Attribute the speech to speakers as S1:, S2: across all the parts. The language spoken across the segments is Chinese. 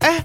S1: 哎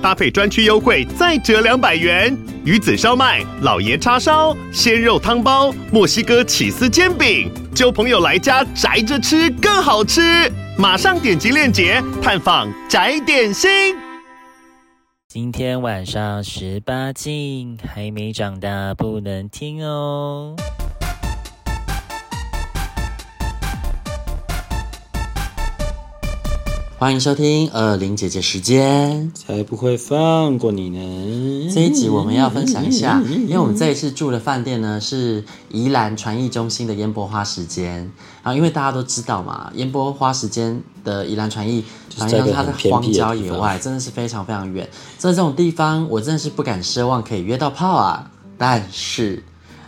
S1: 搭配专区优惠再折两百元。鱼子烧麦、老爷叉烧、鲜肉汤包、墨西哥起司煎饼，就朋友来家宅着吃更好吃。马上点击链接探访宅点心。
S2: 今天晚上十八禁，还没长大不能听哦。
S3: 欢迎收听二零姐姐时间。
S4: 才不会放过你呢！
S3: 这一集我们要分享一
S4: 嗯
S3: 下，因为我们这一次住的饭店呢是宜兰传艺中心的烟波花时间。然后因为大家都知道嘛，烟波花时间的宜兰传艺，
S4: 是
S3: 传艺
S4: 在一个
S3: 它在
S4: 很偏
S3: 荒
S4: 僻的
S3: 郊
S4: 地
S3: 野
S4: 方
S3: 外，真的是非常非常远。在这种地方，我真的是不敢奢望可以约到炮啊。但是，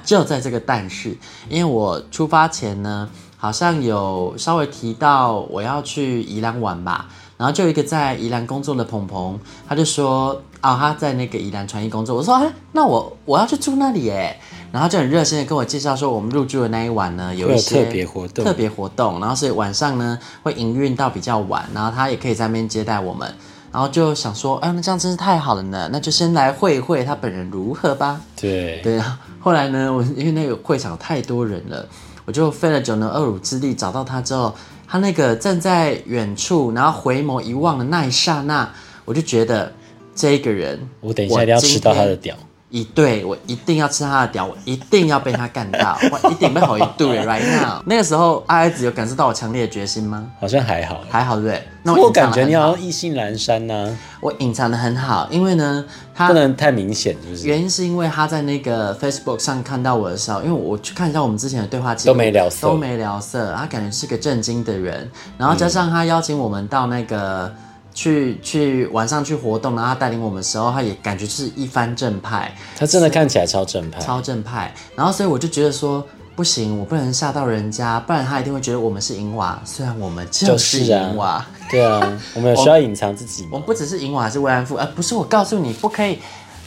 S3: 就在这个但是，因为我出发前呢，好像有稍微提到我要去宜兰玩吧，然后就有一个在宜兰工作的鹏鹏，他就说啊、他在那个宜兰传艺工作，我说哎、那我我要去住那里耶，然后就很热心的跟我介绍说我们入住的那一晚呢有
S4: 会
S3: 一
S4: 有
S3: 些
S4: 特别活动
S3: 特别活动，然后所以晚上呢会营运到比较晚，然后他也可以在那边接待我们。然后就想说，哎，那这样真是太好了呢，那就先来会一会他本人如何吧。
S4: 对，
S3: 对啊，后来呢，我因为那个会场太多人了，我就费了九牛二虎之力找到他之后，他那个站在远处，然后回眸一望的那一刹那，我就觉得这个人，
S4: 我等一下一定要吃到他的屌。
S3: 一对我一定要吃他的屌，我一定要被他干到， 我一定被好一对 right now。那个时候，阿爱子有感受到我强烈的决心吗？
S4: 好像还好欸，
S3: 还好对不对？那我
S4: 不过
S3: 隐藏
S4: 感
S3: 得
S4: 觉你
S3: 很
S4: 好
S3: 好
S4: 像意兴阑珊呐，
S3: 我隐藏的很好，因为呢，他
S4: 不能太明显，是不是？
S3: 原因是因为他在那个 Facebook 上看到我的时候，因为我去看一下我们之前的对话记录，
S4: 都没聊色
S3: 都没聊色，他感觉是个正经的人，然后加上他邀请我们到那个。去去晚上去活动，然后他带领我们的时候，他也感觉就是一番正派，
S4: 他真的看起来超正派，
S3: 超正派。然后所以我就觉得说，不行，我不能吓到人家，不然他一定会觉得我们是淫娃。虽然我们就
S4: 就是是啊
S3: 淫娃，
S4: 对啊，我们有需要隐藏自己
S3: 我
S4: 吗
S3: 们？不只是淫娃，还是慰安妇。而、呃不是我告诉你，不可以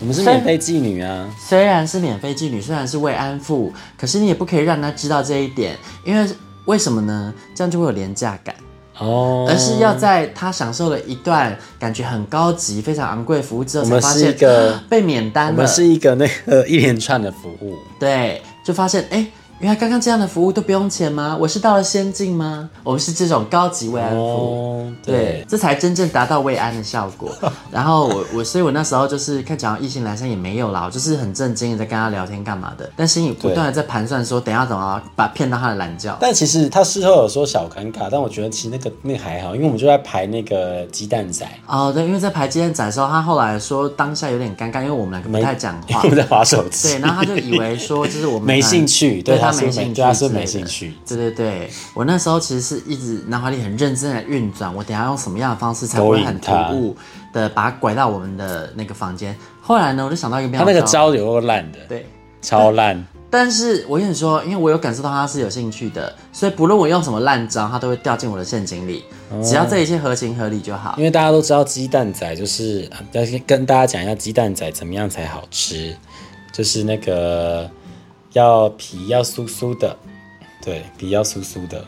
S4: 我们是免费妓女啊，
S3: 虽然是免费妓女，虽然是慰安妇，可是你也不可以让她知道这一点，因为为什么呢？这样就会有廉价感，
S4: 哦，
S3: 而是要在她享受了一段感觉很高级、非常昂贵的服务之后，
S4: 我
S3: 才
S4: 们
S3: 发
S4: 是一
S3: 现
S4: 个
S3: 被免单
S4: 我
S3: 了。
S4: 们是一个那个一连串的服务，
S3: 对，就发现哎、诶原来刚刚这样的服务都不用钱吗？我是到了仙境吗？我们是这种高级慰安妇。
S4: 哦，
S3: 对
S4: 对，，
S3: 这才真正达到慰安的效果。然后我我，所以我那时候就是看起来意兴阑珊也没有啦，我就是很震惊的在跟他聊天干嘛的，但心里不断的在盘算说，等一下怎么把骗到他的懒觉。
S4: 但其实他事后有说小尴尬，但我觉得其实那个那个还好，因为我们就在排那个鸡蛋仔，
S3: 哦，对，因为在排接展的时候，他后来说当下有点尴尬，因为我们两个不太讲话
S4: 因为 我，们在划手机，
S3: 对，然后他就以为说就是我们
S4: 没兴趣
S3: 对
S4: 对他
S3: 他没
S4: 说
S3: 兴
S4: 没
S3: 趣，
S4: 对他说没兴趣。
S3: 对对对，我那时候其实是一直脑海里很认真的运转，我等一下用什么样的方式才不
S4: 勾
S3: 会
S4: 引
S3: 很突
S4: 他
S3: 兀的把他拐到我们的那个房间。后来呢，我就想到一个妙
S4: 他那个招有够烂的，
S3: 对，
S4: 超烂。
S3: 但是我跟你说，因为我有感受到他是有兴趣的，所以不论我用什么烂招，他都会掉进我的陷阱里。只
S4: 哦
S3: 要这一切合情合理就好
S4: 因。为大家都知道鸡蛋仔就是，啊要先跟大家讲一下鸡蛋仔怎么样才好吃，就是那个要皮要酥酥的，对，皮要酥酥的，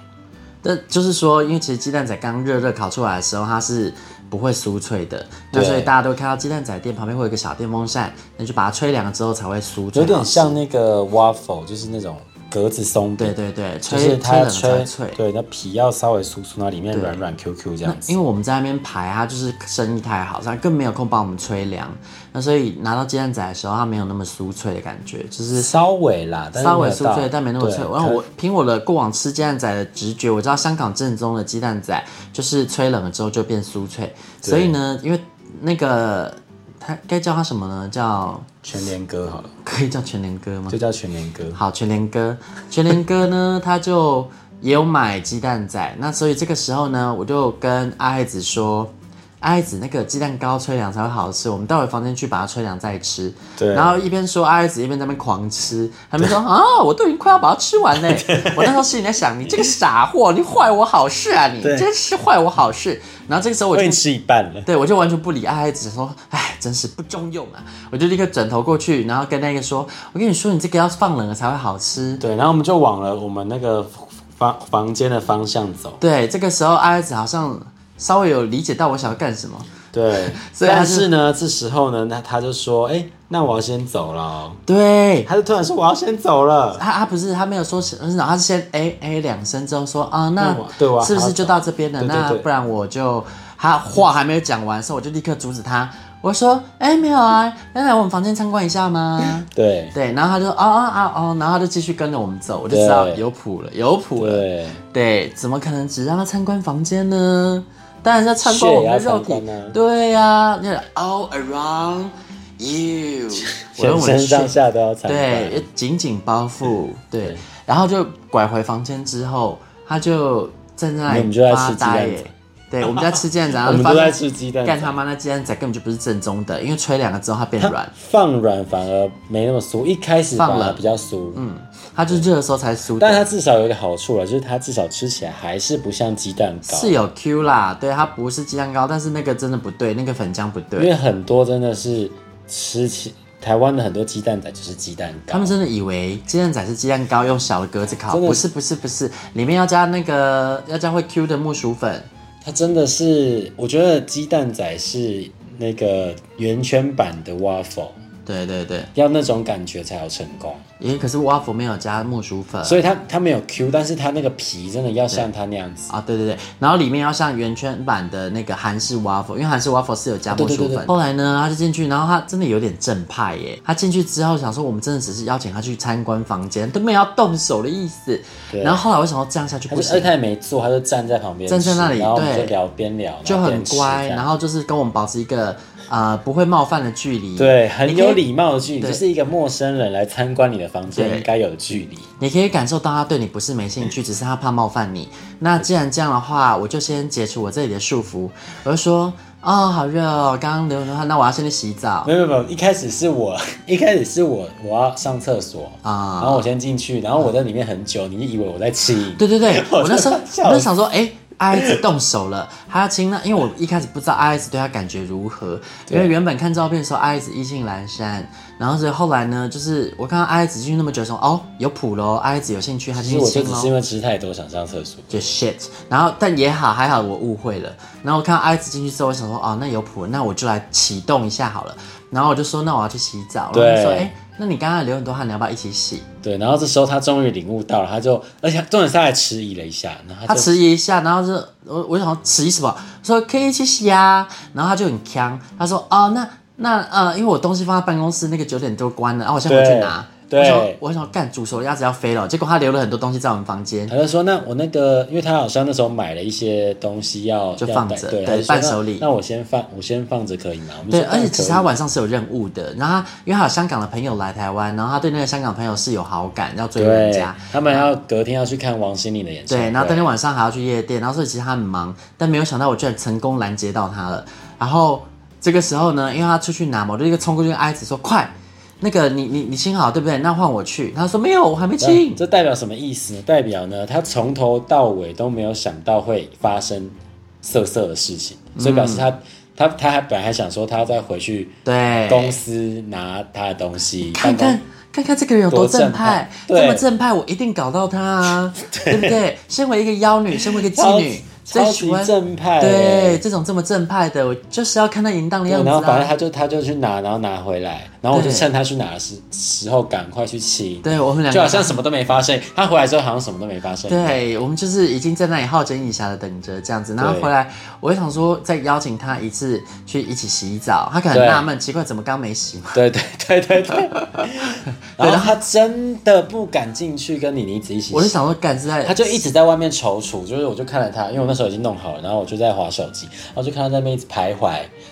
S3: 但就是说，因为其实鸡蛋仔刚热热烤出来的时候，它是不会酥脆的，那
S4: 对
S3: 所以大家都看到鸡蛋仔店旁边会有一个小电风扇，那就把它吹凉了之后才会酥脆。
S4: 有点像那个 waffle，就是那种格子松饼
S3: 对，对对，
S4: 就
S3: 吹
S4: 是
S3: 吹
S4: 它
S3: 冷才
S4: 吹
S3: 会脆。
S4: 对，那皮要稍微酥酥，然后里面
S3: 对
S4: 软软 Q Q 这
S3: 那
S4: 样子
S3: 因为。我们在那边排，他就是生意太好，他更没有空帮我们吹凉。那所以拿到鸡蛋仔的时候，它没有那么酥脆的感觉，就是
S4: 稍微啦，但是
S3: 稍微
S4: 没有
S3: 酥
S4: 到
S3: 脆，但没那么
S4: 对
S3: 脆。然后
S4: 可
S3: 我凭我的过往吃鸡蛋仔的直觉，我知道香港正宗的鸡蛋仔就是吹冷了之后就变酥脆。
S4: 对
S3: 所以呢，因为那个它该叫它什么呢？叫
S4: 全联歌好了，
S3: 可以叫全联哥吗
S4: 就？叫全联歌。
S3: 好，全联哥，全联哥呢，他就也有买鸡蛋仔。那所以这个时候呢，我就跟阿爱子说：“阿姨子那个鸡蛋糕吹凉才会好吃，我们待会房间去把它吹凉再吃。
S4: 对
S3: 然后一边说阿姨子一边在那边狂吃，他们说啊，我都已经快要把它吃完 嘞。我那时候心里在想，你这个傻货，你坏我好事啊你，
S4: 对
S3: 真是坏我好事。然后这个时候我
S4: 我
S3: 就
S4: 已经吃一半了。
S3: 对，我就完全不理爱孩子，说，哎，真是不中用啊！我就立刻转头过去，然后跟那个说，我跟你说，你这个要放冷了才会好吃。
S4: 对，然后我们就往了我们那个房房间的方向走。
S3: 对，这个时候爱子好像稍微有理解到我想要干什么，
S4: 对，
S3: 所以他
S4: 但
S3: 就是
S4: 呢，这时候呢，那他就说：“哎、那我要先走了哦。
S3: 对。
S4: 他就突然说：“我要先走了。
S3: 他他不是他没有说是，嗯他是先 a a 两声之后说啊，那
S4: 那我对我
S3: 是不是就到这边了？
S4: 对对
S3: 那
S4: 对
S3: 不然我就他话还没有讲完，所以我就立刻阻止他，我说哎、没有啊，那来我们房间参观一下吗？”
S4: 对
S3: 对，然后他就哦哦哦哦，然后他就继续跟着我们走，我就知道
S4: 对
S3: 有谱了，有谱了。
S4: 对，
S3: 对，怎么可能只让他参观房间呢？当然是要参观
S4: 血
S3: 我们的
S4: 也要
S3: 肉
S4: 参
S3: 体
S4: 观啊。
S3: 对呀、啊，那 all around you，我用
S4: 全
S3: 我的
S4: 身上
S3: 血，
S4: 下都要参观。
S3: 对，紧紧包覆，对，然后就拐回房间之后，他就站在那
S4: 我们
S3: 里
S4: 就在
S3: 发
S4: 吃鸡蛋
S3: 呆
S4: 仔
S3: 耶。对，我们在吃鸡 蛋仔，然后
S4: 我
S3: 就
S4: 们
S3: 发
S4: 都在
S3: 现
S4: 吃鸡蛋
S3: 干
S4: 仔，
S3: 他妈那鸡蛋仔根本就不是正宗的，因为吹两个之后它变 软，
S4: 放软反而没那么酥，一开始反
S3: 放
S4: 而
S3: 软
S4: 比较酥。嗯，
S3: 它就热的时候才酥的。
S4: 但它至少有一个好处了，就是它至少吃起来还是不像鸡蛋糕，
S3: 是有 Q 啦，对，它不是鸡蛋糕，但是那个真的不对，那个粉浆不
S4: 因为
S3: 对，
S4: 很多真的是吃起台湾的很多鸡蛋仔就是鸡蛋糕，
S3: 他们真的以为鸡蛋仔是鸡蛋糕用小的格子烤，
S4: 真的
S3: 不是不是不是，里面要加那个要加会 Q 的木薯粉，
S4: 它真的是，我觉得鸡蛋仔是那个圆圈版的 waffle，
S3: 对对对，
S4: 要那种感觉才有成功。
S3: 因为可是 waffle 没有加木薯粉，
S4: 所以它它没有 Q，但是它那个皮真的要像它那样子。
S3: 啊，对对对，然后里面要像圆圈版的那个韩式 waffle，因为韩式 waffle 是有加木薯粉。
S4: 啊对对对对
S3: 后来呢，他就进去，然后他真的有点正派耶。他进去之后想说，我们真的只是邀请他去参观房间，都没有要动手的意思。
S4: 对
S3: 然后后来我想说这样下去
S4: 他
S3: 不
S4: 就
S3: 行
S4: 而且，他也没做，他就站在旁边吃，
S3: 站在那里
S4: 然后我们
S3: 对
S4: 就聊边聊，
S3: 就
S4: 然
S3: 很
S4: 后边吃
S3: 乖，
S4: 这样
S3: 然后就是跟我们保持一个呃不会冒犯的距离。
S4: 对，很
S3: 你可以
S4: 有礼貌的距离，
S3: 对
S4: 就是一个陌生人来参观你的房间
S3: 对
S4: 应该有的距离。
S3: 你可以感受到他对你不是没兴
S4: 嗯
S3: 趣，只是他怕冒犯你。那既然这样的话，我就先解除我这里的束缚。我就说，哦，好热哦，刚刚流很多汗，那我要先去洗澡
S4: 没。有没有，没有一开始是我， 一开始是我我要上厕所
S3: 啊
S4: 然后我先进去，然后我在里面很久，你以为我在吃饮，
S3: 对对对，
S4: 我
S3: 我那时候
S4: 真的吓
S3: 我
S4: 死
S3: 就想说，哎、阿姨子动手了，还要亲那，因为我一开始不知道阿姨子对他感觉如何，因为原本看照片的时候，阿姨子意兴阑珊，然后所以后来呢，就是我看到阿姨子进去那么久的时候，哦，有谱喽，阿姨子有兴趣，他
S4: 其
S3: 进
S4: 实
S3: 去
S4: 我就
S3: 亲
S4: 只
S3: 喽
S4: 是。因为吃太多想上厕所。
S3: 就 shit，然后但也好，还好我误会了。然后我看到阿紫进去之后，我想说，哦，那有谱，那我就来启动一下好了。然后我就说，那我要去洗澡。然后
S4: 对
S3: 他说，哎、那你刚刚流很多汗，你要不要一起洗？
S4: 对，然后这时候他终于领悟到了，他就而且重点是他还迟疑了一下，然后
S3: 他
S4: 啊就
S3: 迟疑一下，然后就我我想说迟疑什么？说可以一起洗啊。然后他就很呛，他说，哦，那那呃，因为我东西放在办公室，那个九点多关了，啊然后我先回去
S4: 对
S3: 拿。
S4: 对
S3: 我想说，我想说干煮熟的鸭子要飞了，结果他留了很多东西在我们房间。
S4: 他就说：“那我那个，因为他好像那时候买了一些东西要
S3: 就
S4: 要
S3: 放
S4: 带
S3: 着
S4: 对，
S3: 对
S4: 他就说
S3: 伴手礼
S4: 那。那我先放，我先放着可以吗？我们
S3: 对，
S4: 说
S3: 而且
S4: 当然
S3: 其实
S4: 可以
S3: 他晚上是有任务的，然后他因为他有香港的朋友来台湾，然后他对那个香港朋友是有好感，要追人
S4: 对
S3: 家。，
S4: 他们要隔天要去看王心凌的演唱会，
S3: 对，然后当天晚上还要去夜店，然后所以其实他很忙，但没有想到我居然成功拦截到他了。然后这个时候呢，因为他出去拿嘛，我就一个冲过去跟阿紫说：“快，那个你你你亲好对不对？那换我去。”他说：“没有，我还没
S4: 那
S3: 亲。
S4: 哎这代表什么意思呢？代表呢，他从头到尾都没有想到会发生色色的事情，所以表示他、他他还本来还想说他要再回去
S3: 对，
S4: 公司拿他的东西，
S3: 哎看
S4: 办
S3: 看
S4: 公
S3: 看看这个人有多正派，
S4: 多正派对
S3: 这么正派，我一定搞到他啊， 对不对？身为一个妖女，身为一个妓女，
S4: 超
S3: 最
S4: 超
S3: 喜
S4: 级
S3: 欢
S4: 正派、
S3: 对，。这种这么正派的，我就是要看他淫荡的
S4: 对
S3: 样，子
S4: 然后反正
S3: 啊。
S4: 他就他就去拿，然后拿回来，然后我就
S3: 对
S4: 趁他去拿的时时候赶快去亲，
S3: 对我们两个
S4: 就好像什么都没发生。他回来之后好像什么都没发生。，
S3: 对我们就是已经在那里好整以暇的等着这样子，然后
S4: 对
S3: 回来，我就想说再邀请他一次去一起洗澡，他可能
S4: 对
S3: 纳闷，奇怪怎么刚没洗嘛？
S4: 对对对对 对。然后他真的不敢进去跟妮妮子一起洗，
S3: 我就想说，干是在
S4: 他就一直在外面踌躇，就是我就看了他，因为我那时候已经弄好了，然后我就在划手机，然后就看他在那边一直徘徊，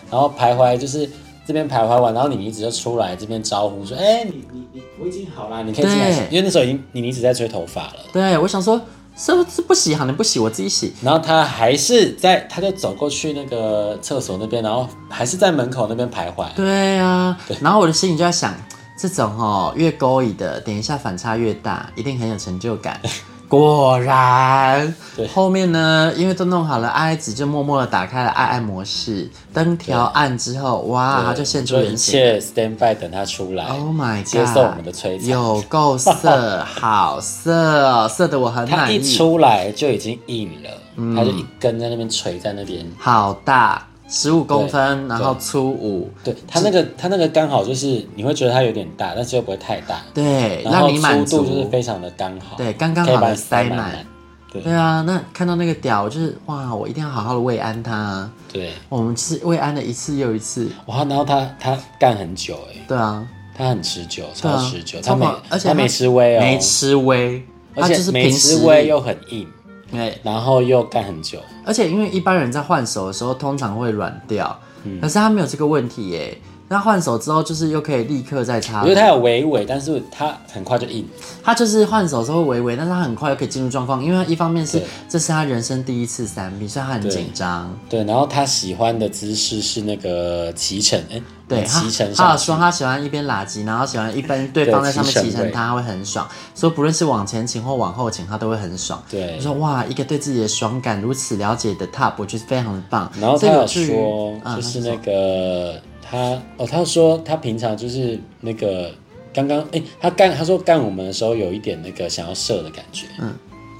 S4: 然后徘徊就是这边徘徊完，然后妮妮子就出来这边招呼说：“哎、你你你，我已经好啦，你可以进来洗。
S3: 对”
S4: 因为那时候已经妮妮子在吹头发了，
S3: 对我想说，是不是不洗？好像不洗，我自己洗。
S4: 然后他还是在，他就走过去那个厕所那边，然后还是在门口那边徘徊。
S3: 对啊，然后我的心里就在想，这种哦越勾引的，等一下反差越大，一定很有成就 感。果然
S4: 对，
S3: 后面呢，因为都弄好了，爱爱子就默默的打开了爱爱模式，灯调暗之后，哇，啊它就现出
S4: 就一
S3: 原形。
S4: 切 stand by 等他出来。
S3: Oh my god！
S4: 接受我们的摧残
S3: 有够色，好色哦，色的我很
S4: 他
S3: 满
S4: 一
S3: 意。嗯
S4: 出来就已经硬了，他就一根在那边垂在那边。
S3: 好大，十五公分，
S4: 对
S3: 然后粗五，
S4: 对他那个他那个刚好就是你会觉得它有点大，但是又不会太大，
S3: 对，
S4: 然
S3: 让
S4: 后
S3: 你满
S4: 粗
S3: 足
S4: 度就是非常的刚好，
S3: 对刚刚
S4: 可以
S3: 好
S4: 把
S3: 的
S4: 你塞
S3: 塞
S4: 满
S3: 满
S4: 满。对
S3: 对啊，那看到那个屌，我就是哇，我一定要好好的慰安他。啊
S4: 对，
S3: 我们是慰安了一次又一次，
S4: 哇，然后他他干很久哎、
S3: 对啊，
S4: 他很持久，
S3: 对
S4: 超
S3: 啊
S4: 持久，，他
S3: 超
S4: 没
S3: 猛而且
S4: 他没吃威哦，
S3: 没，吃威，
S4: 而
S3: 他就是
S4: 且没
S3: 平
S4: 吃
S3: 时
S4: 威又很硬，
S3: 对，
S4: 然后又干很久，
S3: 而且因为一般人在换手的时候通常会软掉，
S4: 嗯
S3: 可是他没有这个问题耶。那换手之后就是又可以立刻再
S4: 我
S3: 插
S4: 觉，得他有微微，但是他很快就硬，
S3: 他就是换手之后微微，但是他很快又可以进入状况，因为他一方面是
S4: 对
S3: 这是他人生第一次三 B，所以他很
S4: 对
S3: 紧张。
S4: 对，然后他喜欢的姿势是那个骑乘，哎、
S3: 对，他
S4: 骑乘
S3: 他
S4: 上
S3: 有
S4: 去
S3: 说他喜欢一边拉机，然后喜欢一边对方在上面
S4: 对骑
S3: 骑
S4: 乘
S3: 乘他，他会很爽。所以不论是往前请或往后请，他都会很爽。
S4: 对
S3: 就说哇，一个对自己的爽感如此了解的 Top，我觉得非常的棒。
S4: 然后他
S3: 这
S4: 有
S3: 有助于
S4: 说，
S3: 嗯
S4: 就是
S3: 他
S4: 那个、他哦，他说他平常就是那个刚刚哎，他干他说干我们的时候有一点那个想要射的感觉，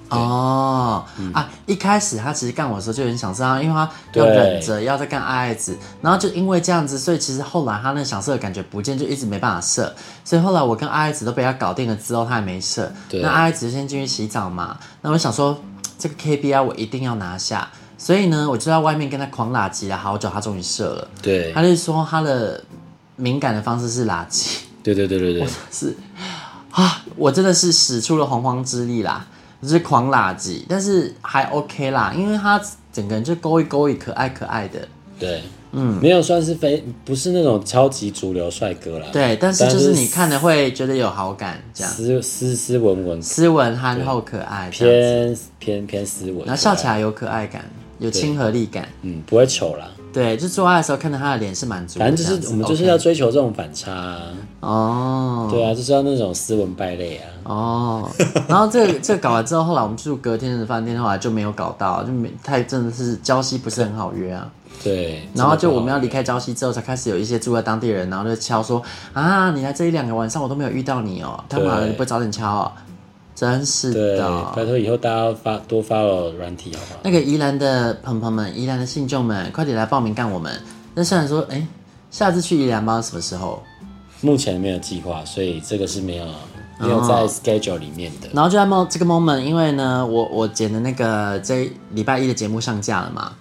S3: 哦、
S4: 嗯
S3: 啊，一开始他其实干我的时候就很想这样，因为他要
S4: 对
S3: 忍着要再干爱爱子，然后就因为这样子，所以其实后来他那个想射的感觉不见，就一直没办法射。所以后来我跟爱爱子都被他搞定了之后，他还没射。
S4: 对
S3: 那爱爱子就先进去洗澡嘛，那我想说这个 KPI 我一定要拿下，所以呢，我就在外面跟他狂拉鸡了好久，他终于射了。
S4: 对
S3: 他就说他的敏感的方式是拉鸡。
S4: 对对对对对，
S3: 是啊，我真的是使出了洪荒之力啦，就是狂垃圾，但是还 OK 啦，因为他整个人就勾一勾一，可爱可爱的。
S4: 对，嗯，没有算是非不是那种超级主流帅哥啦，
S3: 对，但是就
S4: 但
S3: 是
S4: 是
S3: 你看了会觉得有好感，这样
S4: 斯斯斯文文，
S3: 斯文憨厚可爱这样子，
S4: 偏偏偏斯文，
S3: 然后笑起
S4: 对啊，
S3: 来有可爱感，有亲和力感。
S4: 嗯，不会丑啦，
S3: 对，就做爱的时候看到他的脸是满足的
S4: 反
S3: 这样子，
S4: 正就是我们就是要
S3: OK
S4: 追求这种反差、啊，
S3: 哦，
S4: 对啊，就是要那种斯文败类啊，
S3: 哦，然后这个这个搞完之后，后来我们住隔天的饭店，后来就没有搞到，就没太真的是礁溪不是很好约啊。
S4: 对，
S3: 然后
S4: 真
S3: 就
S4: 的不好
S3: 我们要离开礁溪之后，才开始有一些住在当地人，然后就敲说啊，你来这一两个晚上我都没有遇到你哦，他妈的
S4: 对
S3: 你不早点敲哦，真是
S4: 对，拜
S3: 的。
S4: 托以后大家要发多发了软体好不好？
S3: 那个宜兰的朋朋们，宜兰的信众们，快点来报名干我们。那虽然说，哎，下次去宜兰不知道什么时候，
S4: 目前没有计划，所以这个是没有
S3: 哦
S4: 没有在 schedule 里面的。
S3: 然后就在 mo 这个 moment，因为呢，我我剪的那个这礼拜一的节目上架了嘛，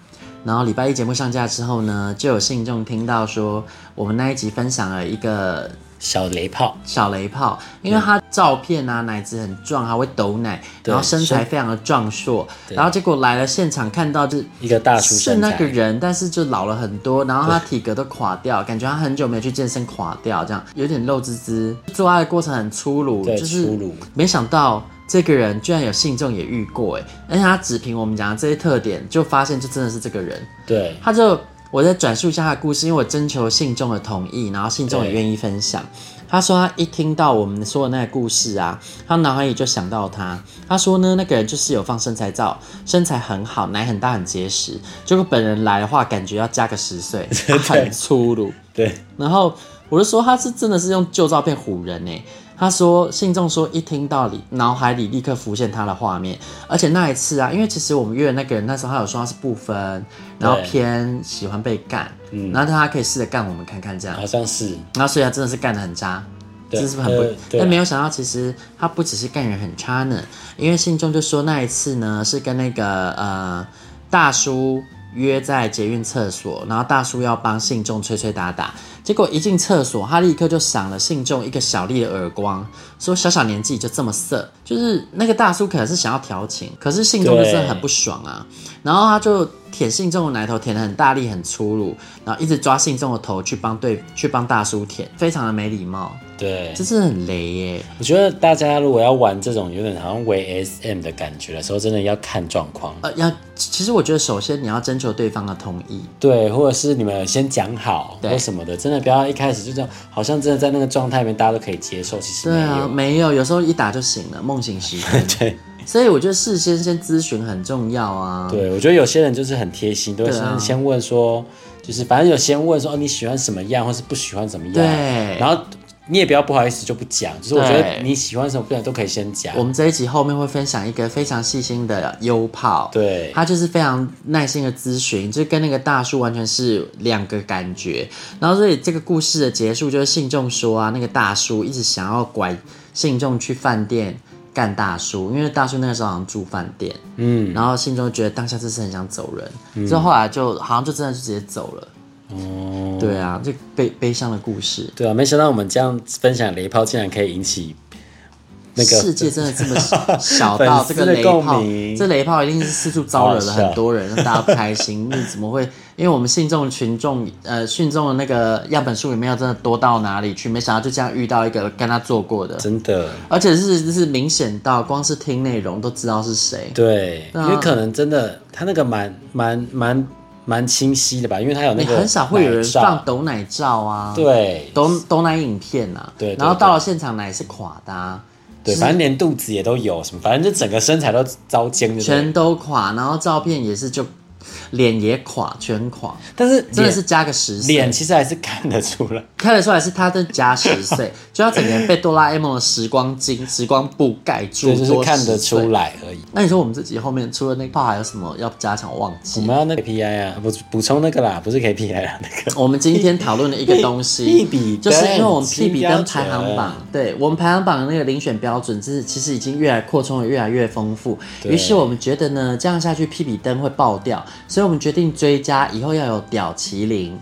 S3: 然后礼拜一节目上架之后呢，就有信众听到说，我们那一集分享了一个
S4: 小雷炮，
S3: 小雷炮，因为他照片啊奶子很壮，还会抖奶，
S4: 对
S3: 然后身材
S4: 身
S3: 非常的壮硕，
S4: 对
S3: 然后结果来了现场看到就是
S4: 一个大叔
S3: 是
S4: 身
S3: 那
S4: 材
S3: 个，人，但是就老了很多，然后他体格都垮掉，感觉他很久没有去健身，垮掉这样，有点肉滋滋。做爱的过程很粗鲁，
S4: 对
S3: 就是
S4: 粗鲁
S3: 没想到这个人居然有信众也遇过哎，而且他只凭我们讲的这些特点，就发现就真的是这个人。
S4: 对
S3: 他就我再转述一下他的故事，因为我征求信众的同意，然后信众也
S4: 对
S3: 愿意分享。他说他一听到我们说的那个故事啊，他脑海里就想到他。他说呢，那个人就是有放身材照，身材很好，奶很大很结实。结果本人来的话，感觉要加个十岁，他很粗鲁。
S4: 对，
S3: 然后我就说他是真的是用旧照片唬人呢、欸他说信众说一听到里脑海里立刻浮现他的画面，而且那一次啊，因为其实我们约的那个人那时候他有说他是不分，然后
S4: 对
S3: 偏喜欢被干，然后他可以试着干我们看看这样
S4: 好，像是
S3: 然后所以他真的是干得很渣。
S4: 对
S3: 这是不是很不？
S4: 呃对啊
S3: 但没有想到，其实他不只是干人很差呢，因为信中就说那一次呢是跟那个呃大叔约在捷运厕所，然后大叔要帮信众吹吹打打，结果一进厕所，他立刻就赏了信众一个小力的耳光，说小小年纪就这么色，就是那个大叔可能是想要调情，可是信众就是很不爽啊，然后他就舔信众的奶头，舔得很大力、很粗鲁，然后一直抓信众的头去帮对去帮大叔舔，非常的没礼貌。
S4: 对，
S3: 这是很雷耶。
S4: 我觉得大家如果要玩这种有点好像 VSM 的感觉的时候，真的要看状况。
S3: 呃，要其实我觉得首先你要征求对方的同意，
S4: 对，或者是你们先讲好
S3: 对
S4: 或什么的，真的不要一开始就这样，好像真的在那个状态里面大家都可以接受，其实没
S3: 对啊，
S4: 有。
S3: 没有，有时候一打就醒了，梦醒时分。
S4: 对
S3: 所以我觉得事先先咨询很重要啊。
S4: 对，我觉得有些人就是很贴心，都会
S3: 对啊
S4: 先先问说，就是反正有先问说哦你喜欢什么样，或是不喜欢什么样，
S3: 对
S4: 啊然后你也不要不好意思就不讲，就是我觉
S3: 对
S4: 得你喜欢什么不喜欢都可以先讲
S3: 我。们这一集后面会分享一个非常细心的优炮，
S4: 对
S3: 他就是非常耐心的咨询，就跟那个大叔完全是两个感觉。然后所以这个故事的结束就是信众说啊，那个大叔一直想要拐信众去饭店干大叔，因为大叔那个时候好像住饭店，
S4: 嗯，
S3: 然后信众觉得当下真是很想走人，之后后来就好像就真的就直接走了。
S4: 哦，
S3: 对啊，这悲悲伤的故事。
S4: 对啊，没想到我们这样分享雷炮，竟然可以引起那个
S3: 世界真的这么小小到这
S4: 粉丝
S3: 个
S4: 的
S3: 雷
S4: 共
S3: 炮
S4: 鸣，
S3: 这雷炮一定是四处招惹了很多人，让大家不开心。那怎么会？因为我们信众群众呃信众的那个样本数也没有真的多到哪里去，没想到就这样遇到一个跟他做过的，
S4: 真的。
S3: 而且是是明显到光是听内容都知道是谁。
S4: 对，
S3: 对啊
S4: 因为可能真的他那个蛮蛮蛮蛮清晰的吧，因为他有那
S3: 你
S4: 个
S3: 很少会有人
S4: 奶罩
S3: 放抖奶照啊，，
S4: 对
S3: 抖抖奶影片啊，
S4: 对对
S3: 然后到了现场奶是垮的、啊。
S4: 对，反正连肚子也都有什么，反正就整个身材都遭奸就对了
S3: 全都垮，然后照片也是就脸也垮，全垮，
S4: 但是
S3: 真的
S4: 脸
S3: 是加个十岁，
S4: 脸其实还是看得出来，
S3: 看得出来是他的加十岁， 就他整个人被哆啦 A 梦的时光金、时光布盖住，
S4: 对，就是
S3: 多
S4: 看得
S3: 10岁
S4: 出。来而已。
S3: 那你说我们自己后面除了那个炮还有什么要加强？我忘
S4: 我
S3: 记。
S4: 们要那个 KPI 啊，补补充那个啦，不是 KPI 啊啦，那个
S3: 我们今天讨论的一个东西，
S4: 屁比
S3: 就是因为我们
S4: 新
S3: 屁比
S4: 标
S3: 登
S4: 准
S3: 排行榜，对我们排行榜的那个遴选标准，就是其实已经越来扩充的越来越丰富。
S4: 对
S3: 于是我们觉得呢，这样下去屁比登会爆掉，所以我们决定追加以后要有屌麒麟。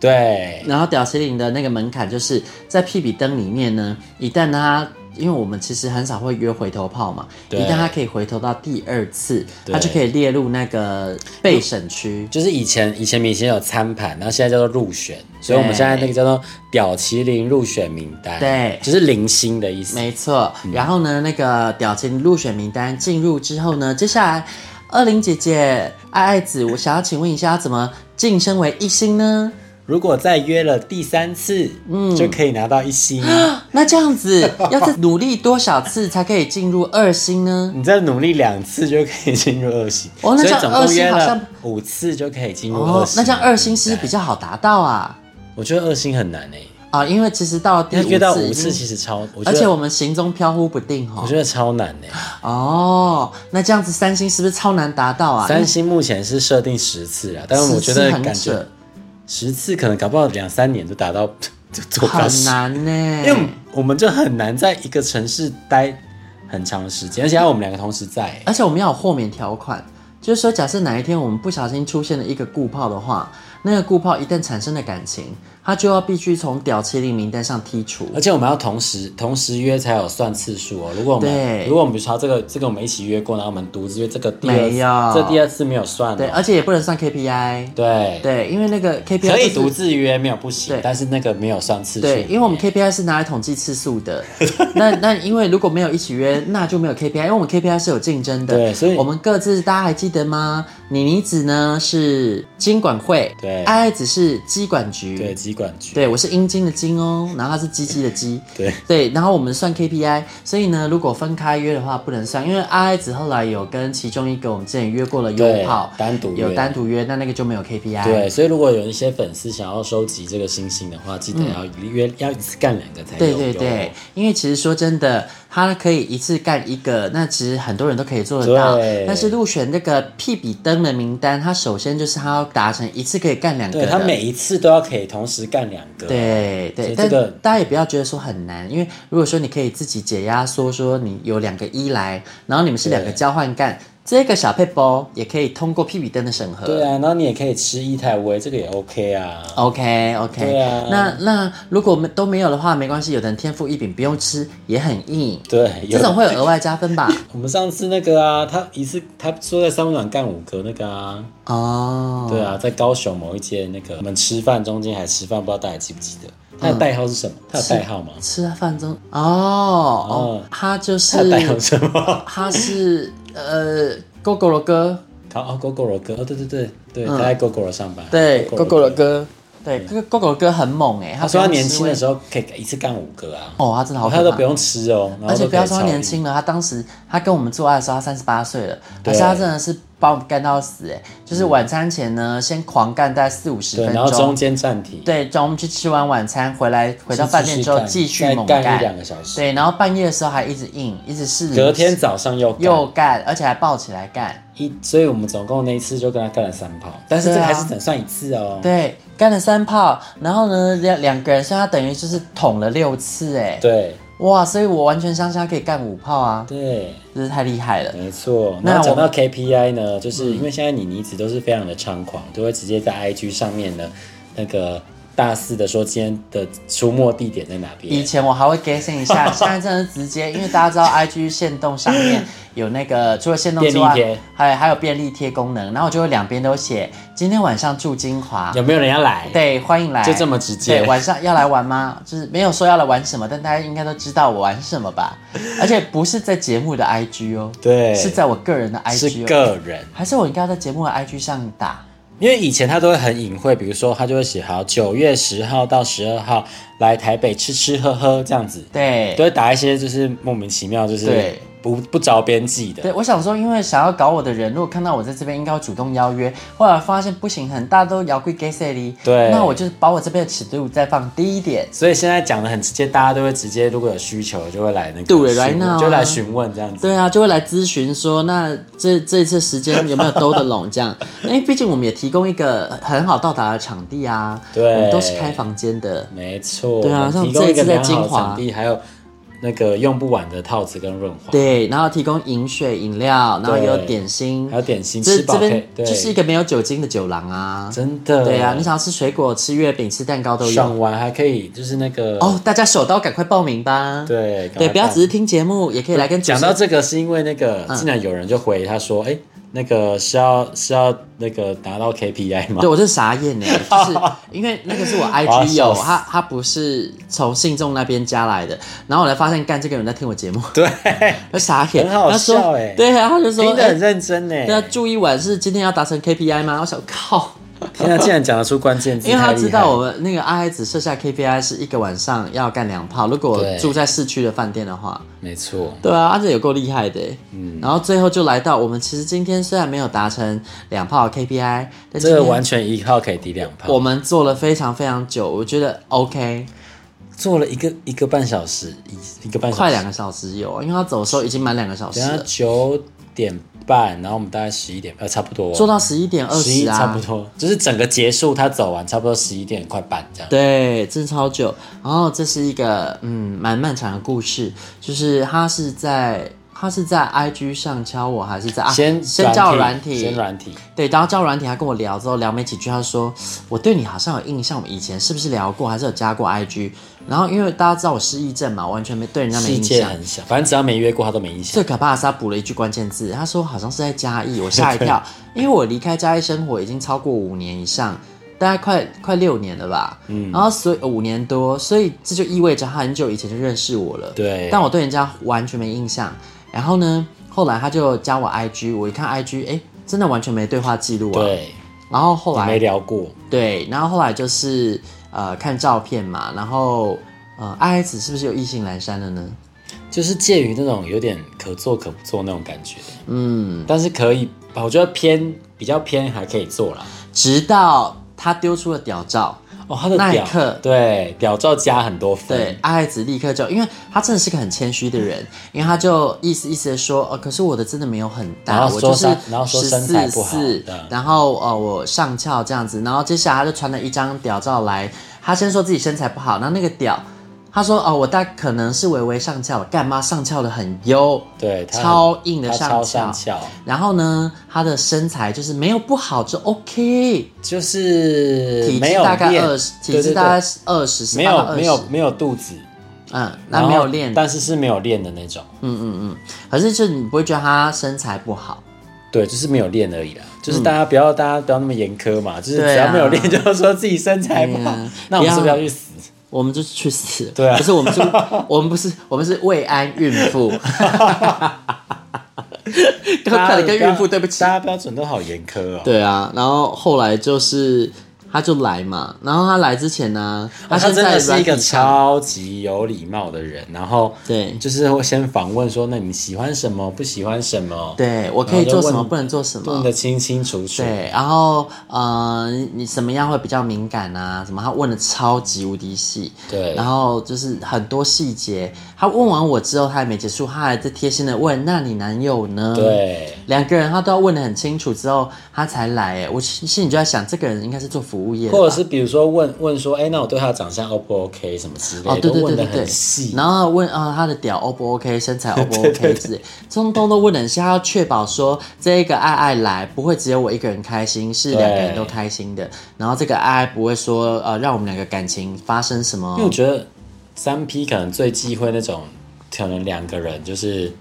S4: 对，
S3: 然后屌麒麟的那个门槛就是在屁比登里面呢，一旦他。因为我们其实很少会约回头炮嘛，一
S4: 对
S3: 旦他可以回头到第二次，
S4: 对
S3: 他就可以列入那个备审区。
S4: 就是以前以前明星有参盘，然后现在叫做入选，所以我们现在那个叫做屌麒麟入选名单，
S3: 对
S4: 就是零星的意思，
S3: 没错，
S4: 嗯
S3: 然后呢，那个屌麒麟入选名单进入之后呢，接下来二零姐姐、爱爱子，我想要请问一下，要怎么晋升为一星呢？
S4: 如果再约了第三次，嗯，就可以拿到一星。
S3: 那这样子 要再努力多少次才可以进入二星呢？
S4: 你再努力两次就可以进入二星，
S3: 哦那
S4: 所
S3: 这样
S4: 以总共约
S3: 二星好像
S4: 了五次就可以进入
S3: 哦
S4: 二星。，
S3: 那这样二星是不是比较好达到啊？
S4: 我觉得二星很难欸诶、
S3: 啊，因为其实到了第
S4: 要
S3: 五次
S4: 约到五
S3: 已经
S4: 次其实超，我觉
S3: 而
S4: 得
S3: 且我们啊行踪飘忽不定
S4: 我
S3: 哈
S4: 觉。得超难诶、
S3: 哦，那这样子三星是不是超难达到啊？
S4: 三星目前是设定十次啊啦，但是我觉
S3: 十
S4: 得
S3: 次很
S4: 感
S3: 扯
S4: 觉十次可能搞不好两三年就达到 就做到
S3: 很
S4: 十，
S3: 难呢、
S4: 因为我们就很难在一个城市待很长时间，而且还有我们两个同时在欸、
S3: 而且我们要有豁免条款，就是说，假设哪一天我们不小心出现了一个固炮的话，那个固炮一旦产生了感情，他就要必须从屌麒麟名单上剔除。
S4: 而且我们要同时同时约才有算次数哦。如果我
S3: 对
S4: 们如果我们比如说这个这个我们一起约过，然后我们独自约这个第二
S3: 没有
S4: 次这第二次没有算哦
S3: 对，而且也不能算 KPI。
S4: 对
S3: 对，因为那个 KPI
S4: 可以
S3: 就是
S4: 独自约没有不行
S3: 对，
S4: 但是那个没有算次数。
S3: 对，因为我们 KPI 是拿来统计次数的，那 那因为如果没有一起约，那就没有 KPI，因为我们 KPI 是有竞争的。
S4: 对所以
S3: 我们各自大家还记得吗？妮妮子呢是经管会，
S4: 对
S3: 爱爱子是机管局，
S4: 对机管局
S3: 对，我是阴茎的茎哦，然后它是鸡鸡的鸡，
S4: 对
S3: 对，然后我们算 KPI，所以呢，如果分开约的话不能算，因为阿爱子后来有跟其中一个我们之前约过了
S4: 对
S3: 优炮
S4: 单独约
S3: 有单独约，那那个就没有 KPI，
S4: 对，所以如果有一些粉丝想要收集这个星星的话，记得要约、要一次干两个
S3: 嗯
S4: 才有
S3: 对对
S4: 用
S3: 对，因为其实说真的，他可以一次干一个，那其实很多人都可以做得到
S4: 对。
S3: 但是入选那个屁比登的名单，他首先就是他要达成一次可以干两个
S4: 对
S3: 的。
S4: 他每一次都要可以同时干两
S3: 对
S4: 个。啊所
S3: 对，
S4: 以
S3: 但
S4: 这个
S3: 大家也不要觉得说很难，因为如果说你可以自己解压缩，说你有两个一来，然后你们是两个
S4: 对
S3: 交换干，这个小配包也可以通过屁比登的审核。
S4: 对啊，然后你也可以吃一台威，这个也 OK 啊。
S3: 哦 OK OK，
S4: 对啊
S3: 那那如果没都没有的话，没关系，有的人天赋异禀，不用吃也很硬，
S4: 对，有
S3: 这种会有额外加分 吧？
S4: 我们上次那个啊，他一次他说在三温暖干五个那个啊，
S3: 哦，
S4: 对啊，在高雄某一间那个我们吃饭中间还吃饭，不知道大家记不记得？它的代号是什
S3: 嗯
S4: 么？它有代号吗？
S3: 吃饭中哦哦
S4: 哦，
S3: 他就
S4: 它
S3: 是
S4: 的代号是什么？
S3: 他是呃 g o g o 的哥，
S4: 好哦，GoGo 哥，哦，对对对对，
S3: 嗯
S4: 他在 GoGo 上班。
S3: 对 g o g o 的
S4: 哥，
S3: 哥，对这个 g o g o 的哥很猛哎，
S4: 嗯他说他
S3: 不用
S4: 年
S3: 吃
S4: 轻的
S3: 味
S4: 时候可以一次干五个啊，
S3: 哦，他真的好可怕，
S4: 他都不用吃哦，然后
S3: 而且
S4: 都
S3: 不
S4: 可以
S3: 要说他
S4: 超
S3: 年
S4: 硬
S3: 轻了，他当时他跟我们做爱的时候，他三十八岁了，可
S4: 对
S3: 是他真的是把我们干到死哎、就是晚餐前呢，先狂干大概四五十
S4: 嗯对，
S3: 分
S4: 然后中
S3: 钟，
S4: 间暂停，
S3: 对，中我们去吃完晚餐回来，回到
S4: 继
S3: 饭店
S4: 续
S3: 之后
S4: 干
S3: 继续
S4: 再
S3: 猛
S4: 干一两个小时
S3: 对，然后半夜的时候还一直硬，一直是
S4: 隔天早上又干
S3: 又干，而且还抱起来干，
S4: 一，所以我们总共那一次就跟他干了三炮，但是这
S3: 对
S4: 个
S3: 啊
S4: 还是只能算一次哦。
S3: 对，啊干了三炮，然后呢两两个人，所以他等于就是捅了六次哎、
S4: 对
S3: 哇，所以我完全相信他可以干五炮啊，
S4: 对，
S3: 真是太厉害了，
S4: 没错。
S3: 那
S4: 那讲
S3: 我嗯
S4: 到 KPI 呢，就是因为现在你妮子都是非常的猖狂，都会直接在 IG 上面呢那个大肆的说今天的出没地点在哪
S3: 以
S4: 边。
S3: 前我还会 guessing 一 下，现在真的是直接，因为大家知道 IG 限动上面有那个除了限动之外
S4: 便利贴，
S3: 还还有便利贴功能，然后我就会两边都写今天晚上住金华，
S4: 有没有人要来？
S3: 对，欢迎来，
S4: 就这么直接
S3: 对，晚上要来玩吗？就是没有说要来玩什么，但大家应该都知道我玩什么 吧？而且不是在节目的 IG 哦，
S4: 对
S3: 是在我个人的
S4: 是
S3: IG 哦，
S4: 个人，
S3: 还是我应该要在节目的 IG 上打？
S4: 因为以前他都会很隐晦，比如说他就会写好九月十号到十二号来台北吃吃喝喝这样子，
S3: 对
S4: 都会打一些就是莫名其妙，就是
S3: 对
S4: 不不着边际的。
S3: 对，我想说，因为想要搞我的人，如果看到我在这边，应该要主动邀约。后来发现不行，很大都摇贵 gay 塞里。
S4: 对
S3: 那我就是把我这边的尺度再放低一点。
S4: 所以现在讲的很直接，大家都会直接，如果有需求就会来那个询
S3: 对
S4: 问，
S3: 来闹啊
S4: 就来询问这样子。
S3: 对啊，就会来咨询说，那这这次时间有没有兜得拢这 样？因为毕竟我们也提供一个很好到达的场地啊，
S4: 对
S3: 我们都是开房间的。
S4: 没错，
S3: 对啊
S4: 我们
S3: 像
S4: 提供一个
S3: 这一次在金
S4: 良好的
S3: 华
S4: 场地，还有那个用不完的套子跟润滑，
S3: 对，然后提供饮水、饮料，然后也有
S4: 对
S3: 点心，
S4: 还有点心
S3: 这
S4: 吃
S3: 这
S4: 饱
S3: 边
S4: 配，对，
S3: 就是一个没有酒精的酒廊啊。
S4: 真的，
S3: 对啊，你想要吃水果、吃月饼、吃蛋糕都有。
S4: 爽完还可以，就是那个
S3: 哦，，大家手刀赶快报名吧！
S4: 对赶快
S3: 对，不要
S4: 报
S3: 只是听节目，也可以来跟主持
S4: 讲到这个是因为那个
S3: 嗯
S4: 竟然有人就回他说，哎，那个是要是要那个达到 KPI 吗
S3: 对？我真是傻 眼呢，就是因为那个是我
S4: 哇
S3: IG
S4: 笑
S3: 有，
S4: 死
S3: 他他不是从信众那边加来的，然后我才发现干这个人在听我节目，
S4: 对，
S3: 我傻眼，
S4: 很 好
S3: 他说
S4: 笑欸
S3: 对啊，他就说
S4: 听得很欸
S3: 哎
S4: 认真呢。
S3: 对啊，住一晚是今天要达成 KPI 吗？我想靠，
S4: 天啊，竟然讲得出关键字，
S3: 因为他
S4: 太厉害
S3: 知道我们那个阿孩子设下 KPI 是一个晚上要干两炮，如果
S4: 对
S3: 我住在市区的饭店的话，
S4: 没错，
S3: 对啊，阿哲有够厉害的欸。嗯，然后最后就来到我们，其实今天虽然没有达成两炮 KPI，但
S4: 这
S3: 今
S4: 个
S3: 天
S4: 完全一炮可以抵两炮，
S3: 我们做了非常非常久，我觉得 OK，
S4: 做了一个一个半小时，一一个半小时，
S3: 快两个小时有，因为他走的时候已经满两个小时
S4: 等下
S3: 了，
S4: 九点半，然后我们大概十一点，呃，差不多、
S3: 做到十一点二
S4: 十一
S3: 十啊，
S4: 差不多，就是整个结束，他走完差不多十一点快半这样。
S3: 对，真的超久。然后这是一个嗯蛮漫长的故事，就是他是在他是在 IG 上敲我，还是在啊
S4: 先
S3: 先叫
S4: 软
S3: 软
S4: 体，
S3: 体，
S4: 先软体，
S3: 对，然后叫软体，他跟我聊之后聊没几句，他就说我对你好像有印象，我们以前是不是聊过，还是有加过 IG？然后因为大家知道我失忆症嘛，我完全没对人家没
S4: 世
S3: 印
S4: 界
S3: 象。
S4: 很小，反正只要没约过他都没印象
S3: 最。可怕的是他补了一句关键字，他说好像是在嘉义，我吓一跳， 因为我离开嘉义生活已经超过五年以上，大概快快六年了吧，嗯，然后所以呃五年多，所以这就意味着他很久以前就认识我了，
S4: 对
S3: 但我对人家完全没印象。然后呢，后来他就加我 IG，我一看 IG，哎、真的完全没对话记录啊，，
S4: 对，
S3: 然后后
S4: 也没
S3: 来
S4: 聊过，
S3: 对，然后后来就是呃看照片嘛，然后呃 I S 是不是有意兴阑珊了呢？
S4: 就是介于那种有点可做可不做那种感觉，
S3: 嗯，
S4: 但是可以，我觉得偏比较偏还可以做啦。
S3: 直到他丢出了屌照，
S4: 哦，他的
S3: 那一
S4: 屌
S3: 刻
S4: 对屌照加很多分，
S3: 对，阿爱子立刻就，因为他真的是个很谦虚的人，因为他就意思意思的说，哦，可是我的真的没有很
S4: 然
S3: 大，
S4: 后
S3: 我
S4: 说
S3: 就是
S4: 身然后说
S3: 十
S4: 身材
S3: 四
S4: 不好嗯
S3: 四
S4: 对，
S3: 然后呃我上翘这样子，然后接下来他就传了一张屌照来，他先说自己身材不好，然后那个屌，他说哦我大可能是微微上翘，干妈上翘的很优，
S4: 对，他很
S3: 超硬的
S4: 他
S3: 上
S4: 超
S3: 翘
S4: 上翘。
S3: 然后呢他的身材就是没有不好就 OK，
S4: 就是
S3: 体
S4: 呃没
S3: 质
S4: 有
S3: 大概
S4: 练
S3: 二十，体
S4: 对
S3: 质
S4: 对
S3: 大
S4: 对
S3: 概二十，18
S4: 没
S3: 到
S4: 有
S3: 20
S4: 没有，没有肚子，
S3: 嗯，
S4: 然
S3: 那
S4: 后
S3: 没有练。
S4: 但是是没有练的那种，
S3: 嗯可是就是你不会觉得他身材不好，
S4: 对，就是没有练而已啦。就是大家不要、 大家不要那么严苛嘛，就是只
S3: 嗯对
S4: 要
S3: 啊
S4: 没有练就说自己身材不好
S3: 对啊，
S4: 那我们是不是
S3: 不要
S4: 要去死？
S3: 我们就是去死。
S4: 对啊
S3: 不是我 们是，我们不是，我们是慰安孕妇。 刚
S4: 大
S3: 差
S4: 家
S3: 点跟
S4: 标
S3: 孕妇对不起
S4: 大。家标准都好严苛哦。
S3: 对啊，然后后来就是他就来嘛，然后他来之前呢、
S4: 哦，他
S3: 现
S4: 真
S3: 在
S4: 的是一
S3: 软
S4: 个
S3: 体上
S4: 超级有礼貌的人，然后
S3: 对
S4: 就是会先访问说，那你喜欢什么，不喜欢什么，，
S3: 对我可以做什么，不能做什
S4: 问
S3: 么
S4: 的。清清楚楚。
S3: 对，然后呃，你什么样会比较敏感啊？什么？他问的超级无敌细，
S4: 对
S3: 然后就是很多细节。他问完我之后，他还没结束，他还在贴心的问：“那你男友呢？”，
S4: 对
S3: 两个人他都要问的很清楚之后，他才来。哎，我心心里就在想，这个人应该是做服务业的吧，
S4: 或者是比如说问问说，哎，那我对他的长相 O 不 OK 什么之类的，
S3: 哦，对
S4: 都
S3: 对对
S4: 问的
S3: 对对
S4: 很，细。
S3: 然后问啊、他的屌 O 不 OK，身材 O 不
S4: 对对
S3: OK 之类，通通都问了一下，要确保说这一个爱爱来不会只有我一个人开心，是两个人都开心的。然后这个爱爱不会说呃让我们两个感情发生什么
S4: 因为我觉得三 P 可能最忌讳那种，可能两个人就是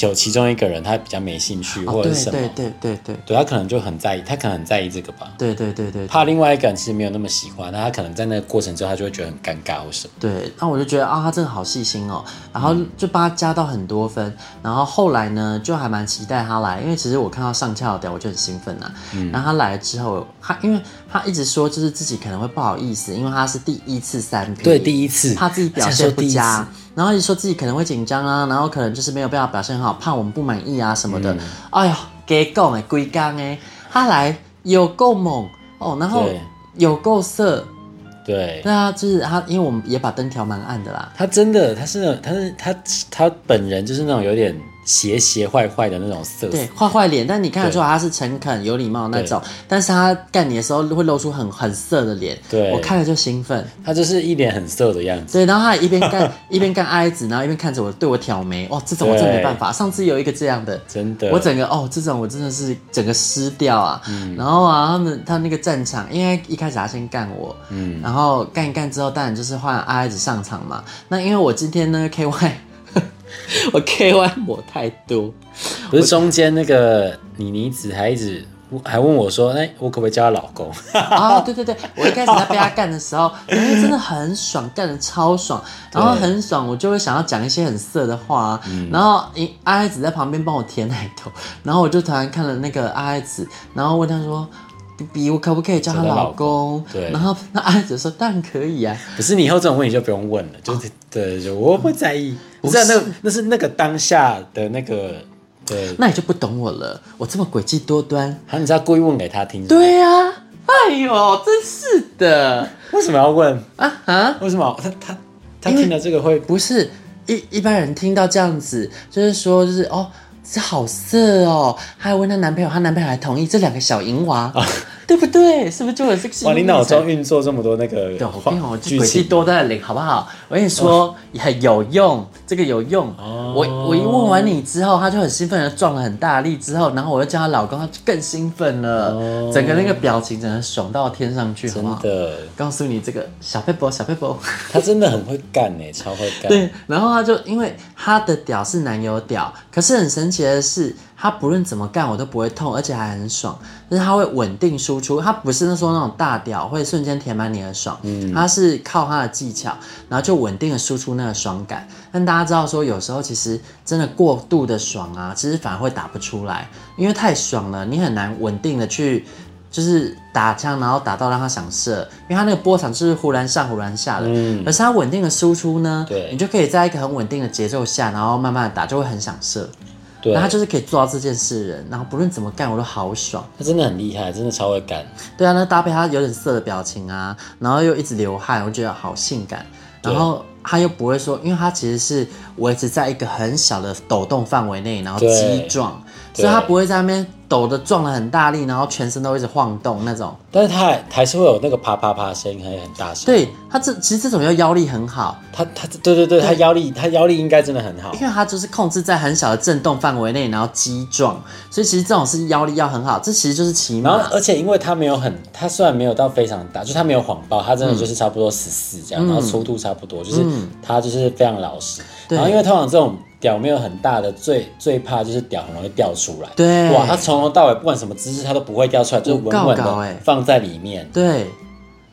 S4: 有其中一个人他比较没兴趣、
S3: 哦，
S4: 或者
S3: 对
S4: 是什么，
S3: 对对对对
S4: 对他可能就很在意，他可能很在意这个吧。
S3: 对对对对对
S4: 怕另外一个人其实没有那么喜欢，那他可能在那个过程中，他就会觉得很尴尬或什么。
S3: 对，那我就觉得啊，他真的好细心哦，然
S4: 嗯
S3: 后就帮他加到很多分，然后后来呢，就还蛮期待他来，因为其实我看到上翘的屌，我就很兴奋啊。
S4: 嗯
S3: 然后他来了之后，他因为他一直说就是自己可能会不好意思，因为他是第一次三 P，
S4: 对，第一次
S3: 怕自己表
S4: 他这样
S3: 现
S4: 说
S3: 不
S4: 第一次
S3: 佳，然后一直说自己可能会紧张啊，然后可能就是没有办法表现很好，怕我们不满意啊什么
S4: 嗯
S3: 的。哎呀，给讲哎，龟缸哎，他来有够猛哦，然后
S4: 对
S3: 有够色。
S4: 对，
S3: 对啊，就是他，因为我们也把灯调蛮暗的啦。
S4: 他真的，他是那种，他是他他本人就是那种有点邪邪坏坏的那种色
S3: 对，坏坏脸，但你看得出来他是诚恳、有礼貌那种，但是他干你的时候会露出很很色的脸，
S4: 对
S3: 我看了就兴奋。
S4: 他就是一脸很色的样子。
S3: 对，然后他还一边干一边干挨子，然后一边看着我，对我挑眉。哦，这种我真的没办法。上次有一个这样的，
S4: 真的，
S3: 我整个哦，这种我真的是整个湿掉啊。
S4: 嗯
S3: 然后啊，他们他那个战场，因为一开始他先干我，
S4: 嗯
S3: 然后干一干之后，当然就是换阿爱子上场嘛。那因为我今天呢 K Y，我 K Y 抹太多，
S4: 不是中间那个妮妮子还一直还问我说，哎、我可不可以叫她老公？
S3: 啊，对对对，我一开始在被他干的时候，因为真的很爽，干的超爽，然后很爽，我就会想要讲一些很色的话、啊然后诶阿爱子在旁边帮我舔奶头，然后我就突然看了那个阿爱子，然后问他说。比比，我可不可以叫她
S4: 叫她
S3: 老
S4: 老
S3: 公？
S4: 对
S3: 然后那阿爱子说当然可以啊。
S4: 可是你以后这种问题就不用问了，就是、对，就我不在意。不
S3: 哦是
S4: 是啊那那是那个当下的那个对，
S3: 那你就不懂我了，我这么诡计多端。
S4: 好，你知道故意问给他听。，
S3: 对呀、啊，哎呦，真是的
S4: 为什么要问？
S3: 啊啊！
S4: 为什么他他他听了这个会
S3: 不是一一般人听到这样子，就是说就是哦，这好色哦，还有问她男朋友，她男朋友还同意，这两个小淫娃，对不对？是不是就有这个心
S4: 啊哇？
S3: 路
S4: 你
S3: 历程？
S4: 脑中运作这么多那个
S3: 对，啊我跟你讲，我就
S4: 剧
S3: 诡计
S4: 情，
S3: 多端的灵，好不好？我跟你说，也很有用，这个有用。
S4: 哦
S3: 我我一问完你之后，她就很兴奋的撞了很大力，之后，然后我又叫她老公，她就更兴奋了，
S4: 哦
S3: 整个那个表情，整个爽到天上去，好
S4: 真
S3: 不好？
S4: 的，
S3: 告诉你这个小佩伯，小佩伯。
S4: 他真的很会干哎、超会干。
S3: 对，然后他就因为他的屌是男友屌，可是很神奇的是，他不论怎么干我都不会痛，而且还很爽，就是他会稳定输出，他不是那说那种大屌会瞬间填满你的爽，他是靠他的技巧，然后就稳定的输出那个爽感。但大家知道说，有时候其实真的过度的爽啊，其实反而会打不出来，因为太爽了，你很难稳定的去。就是打枪，然后打到让他想射，因为他那个波长就是忽然上忽然下的，
S4: 嗯
S3: 可是它稳定的输出呢，
S4: 对
S3: 你就可以在一个很稳定的节奏下，然后慢慢的打，就会很想射。
S4: 对，
S3: 然后他
S4: 他
S3: 就是可以做到这件事的人，然后不论怎么干我都好爽。
S4: 真的很厉害，真的超会干。
S3: 对啊，那搭配他有点色的表情啊，然后又一直流汗，我觉得好性感。然后他又不会说，因为他其实是维持在一个很小的抖动范围内，然后
S4: 对
S3: 击撞，所以
S4: 对
S3: 他不会在那边抖的撞的很大力，然后全身都一直晃动那种。
S4: 但是他还还是会有那个啪啪啪声音，还很大声。，
S3: 对他这其实这种要腰力很好，
S4: 他他对对对，他腰力他腰力应该真的很好
S3: 因。为它就是控制在很小的震动范围内，然后击撞，所以其实这种是腰力要很好，这其实就是骑
S4: 然后
S3: 马，。
S4: 而且因为他没有很，他虽然没有到非常大，就他没有谎报，他真
S3: 嗯
S4: 的就是差不多十四这样，然后粗度差不多，就是他就是非常老实。
S3: 对
S4: 然后因为通常这种屌没有很大的，最最怕就是屌很容易掉出来。
S3: 对
S4: 哇，他从头到
S3: 哦哎
S4: 尾不管什么姿势，他都不会掉出来，就是稳稳
S3: 有够高欸
S4: 的放在里面。
S3: 对，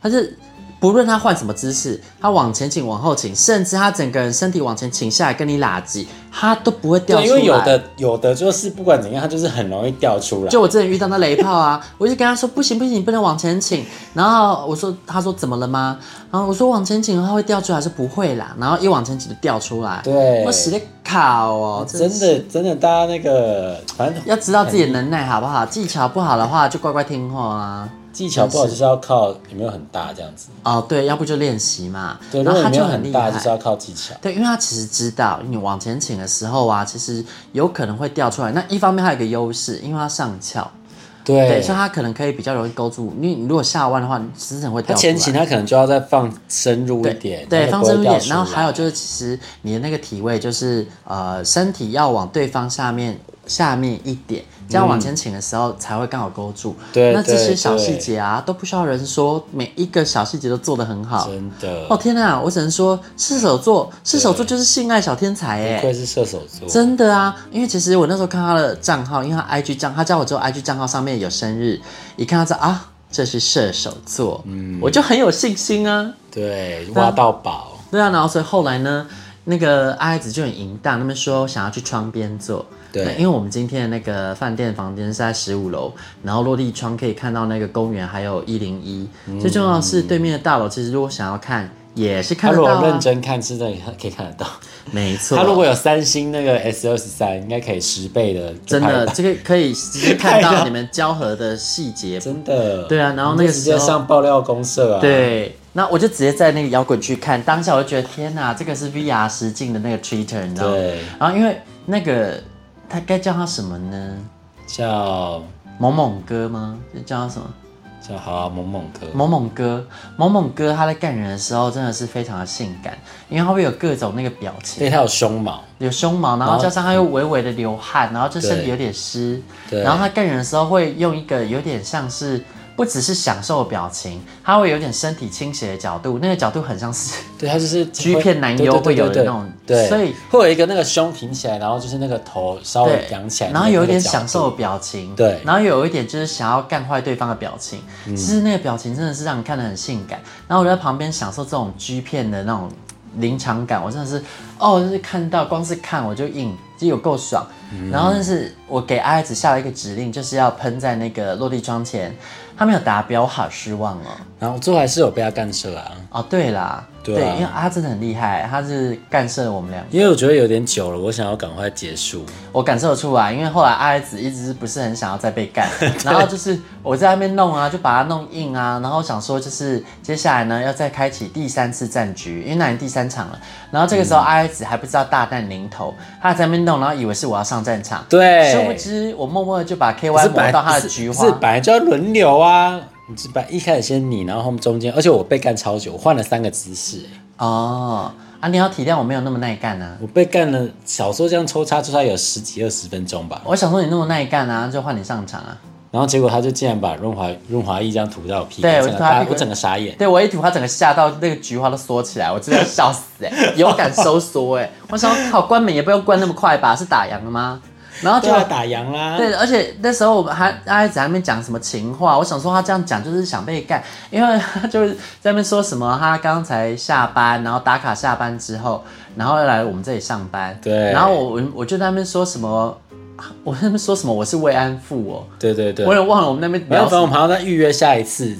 S3: 它是不论他换什么姿势，他往前倾、往后倾，甚至他整个人身体往前倾下来跟你拉挤，他都不会掉
S4: 对，
S3: 出来。
S4: 因为有的有的就是不管怎样，它就是很容易掉出来。
S3: 就我之前遇到那雷炮啊，我就跟他说不行不行，你不能往前倾。然后我说，他说怎么了吗？然后我说往前倾的话会掉出来，是不会啦。然后一往前倾就掉出来，
S4: 对
S3: 我死的考哦，
S4: 真
S3: 是
S4: 的真的，大家那个反正
S3: 要知道自己的能耐好不好？技巧不好的话就乖乖听话啊。
S4: 技巧不好就是要靠有没有很大这样子。
S3: 哦，对，要不就练习嘛。
S4: 对，如
S3: 然
S4: 果
S3: 后他
S4: 你没
S3: 就
S4: 有
S3: 很
S4: 很
S3: 厉
S4: 大，
S3: 害。
S4: 就是要靠技巧。
S3: 对，因为他其实知道你往前倾的时候啊，其实有可能会掉出来。那一方面还有一个优势，因为它上翘，对，
S4: 对
S3: 所以它可能可以比较容易勾住。你你如果下弯的话，你真的会
S4: 它
S3: 掉出来。
S4: 前倾，它可能就要再放深入一
S3: 对
S4: 点，
S3: 对，
S4: 它
S3: 放
S4: 就
S3: 深
S4: 不
S3: 入一
S4: 会掉啊
S3: 点，
S4: 出
S3: 然后还有
S4: 来
S3: 就是，其实你的那个体位就是呃，身体要往对方下面下面一点，这样往前倾的时候才会刚好勾住。
S4: 对
S3: 那这
S4: 对
S3: 些小细
S4: 对
S3: 节啊，都不需要人说，每一个小细节都做得很好。
S4: 真的，
S3: 哦天哪，我只能说射手座，射手座
S4: 对
S3: 就是性爱小天才哎、
S4: 不愧是射手座，
S3: 真的啊，因为其实我那时候看他的账号，因为他 IG 账，他叫我之后 IG 账号上面有生日，一看他知道啊，这是射手座，嗯，我就很有信心啊。
S4: 对，挖到宝，
S3: 对啊，然后所以后来呢，那个阿爱子就很淫荡，那边说想要去窗边坐。
S4: 对
S3: 那因为我们今天的那个饭店房间是在十五楼，然后落地窗可以看到那个公园，还有一零一。
S4: 嗯
S3: 最重要的是，对面的大楼其实如果想要看，也是
S4: 他
S3: 看得
S4: 如
S3: 到、
S4: 果
S3: 啊。
S4: 认真看，是真的可以看得到。
S3: 没错。
S4: 他如果有三星那个 S 二十三，应该可以十倍的就
S3: 真
S4: 拍
S3: 的
S4: 到，
S3: 这个可以直接看到你们交合的细 节。
S4: 真的，
S3: 对啊然后那个
S4: 你就直接
S3: 时候
S4: 上爆料公社啊，，
S3: 对，那我就直接在那个摇滚区看，当下我就觉得天哪，这个是 VR 实境的那个 Twitter，你知道吗？
S4: 对
S3: 然后因为那个他该叫他什么呢？
S4: 叫
S3: 某某哥吗？叫他什么？
S4: 叫好啊，萌萌哥，
S3: 某某哥，某某哥，他在干人的时候真的是非常的性感，因为他会有各种那个表情，
S4: 对，他有胸毛，
S3: 有胸毛，然
S4: 然
S3: 后
S4: 后
S3: 加上他又微微的流汗，然后就身体
S4: 对
S3: 有点湿，
S4: 对
S3: 然后他干人的时候会用一个有点像是不只是享受的表情，他会有点身体倾斜的角度，那个角度很像是
S4: 对他就是
S3: 橘片男优会有的那种
S4: 对对对对对，
S3: 所以
S4: 会有一个那个胸挺起来，然后就是那个头稍微
S3: 对
S4: 扬起来，
S3: 然后有一点
S4: 那个角度
S3: 享受的表情，
S4: 对嗯
S3: 然后有一点就是想要干坏对方的表情，其实那个表情真的是让你看得很性感。然后我在旁边享受这种 G 片的那种临场感，我真的是哦，就是看到光是看我就硬，就有够爽。
S4: 嗯
S3: 然后但是我给阿爱子下了一个指令，就是要喷在那个落地窗前，他没有达标，我好失望哦。
S4: 然后最后还是有被他干射啊，
S3: 哦，对啦，
S4: 对啊
S3: 因为阿真的很厉害，他是干涉了我们两个。
S4: 因为我觉得有点久了，我想要赶快结束。
S3: 我感受得出来，因为后来阿爱子一直是不是很想要再被 干，然后就是我在那边弄啊，就把它弄硬啊，然后想说就是接下来呢要再开启第三次战局，因为那已经第三场了。然后这个时候
S4: 嗯
S3: 阿爱子还不知道大难临头，她还在那边弄，然后以为是我要上战场，
S4: 对
S3: 殊不知我默默的就把 K
S4: 可
S3: Y
S4: 是本
S3: 抹
S4: 来
S3: 到她
S4: 不
S3: 的
S4: 是
S3: 菊
S4: 不
S3: 花
S4: 是，本来就要轮流啊。你是本来一开始先你，然后后面中间，而且我被干超久，我换了三个姿势、欸
S3: 哦啊，你要体谅我没有那么耐干啊。
S4: 我被干了，小时候这样抽插抽插有十几二十分钟吧，
S3: 我想说你那么耐干啊，就换你上场啊！
S4: 然后结果他就竟然把润滑润滑液这样涂到我屁股，
S3: 对
S4: 整
S3: 我
S4: 个
S3: 就他
S4: 大
S3: 屁股
S4: 我整个傻眼，
S3: 对我一吐，他整个吓到那个菊花都缩起来，我真的要笑死哎、有感收缩哎、我想说靠，关门也不用关那么快吧？是打烊了吗？然后就
S4: 对啊，打烊啦，
S3: 对，而且那时候我们还阿爱子还没讲什么情话，我想说他这样讲就是想被干，因为他就是在那边说什么他刚才下班，然后打卡下班之后，然后来我们这里上班，
S4: 对
S3: 然后我我我就在那边说什么，我在那边说什么我是慰安妇哦、
S4: 对对对，
S3: 我也忘了我们那边
S4: 然
S3: 聊什么
S4: 后反正我们好像在预约下一次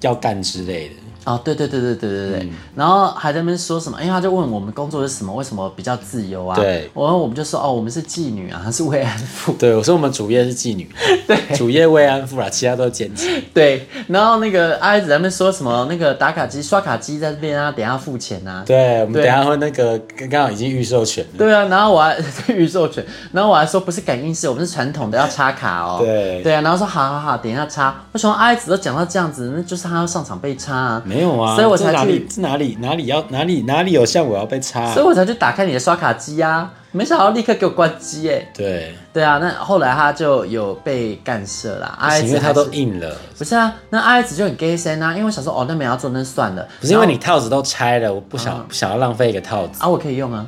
S4: 要干之类的，
S3: 哦，对对对对对对对，
S4: 嗯
S3: 然后还在那边说什么？因为他就问我们工作是什么，为什么比较自由啊？
S4: 对
S3: 然后我们就说哦，我们是妓女啊，是慰安 妇。
S4: 对，我说我们主业是妓女，对，主业慰安妇啦，其他都是兼职，
S3: 对，然后那个阿姨子在那边说什么？那个打卡机、刷卡机在这边啊，等一下付钱啊。
S4: 对，我们
S3: 对
S4: 等一下会那个刚刚好已经预授权了，
S3: 对啊，然后我还 预授权，然后我还说不是感应式，我们是传统的要插卡哦。
S4: 对
S3: 对啊，然后说好好好，等一下插。为什么阿姨子都讲到这样子？那就是他要上场被插啊。
S4: 没有啊，
S3: 所以我才
S4: 这哪
S3: 去
S4: 里这哪里哪里要哪里哪里有像我要被插
S3: 所，以我才去打开你的刷卡机啊，没想到立刻给我关机哎、
S4: 对，
S3: 对啊，那后来他就有被干涉啦。阿爱
S4: 因
S3: 子
S4: 为他都
S3: 还是
S4: 硬了。
S3: 不是啊，那阿爱子就很 gay 森啊，因为我想说哦，那没要做那算了，嗯
S4: 不是因为你套子都拆了，我不想、不想要浪费一个套子
S3: 啊啊，我可以用啊，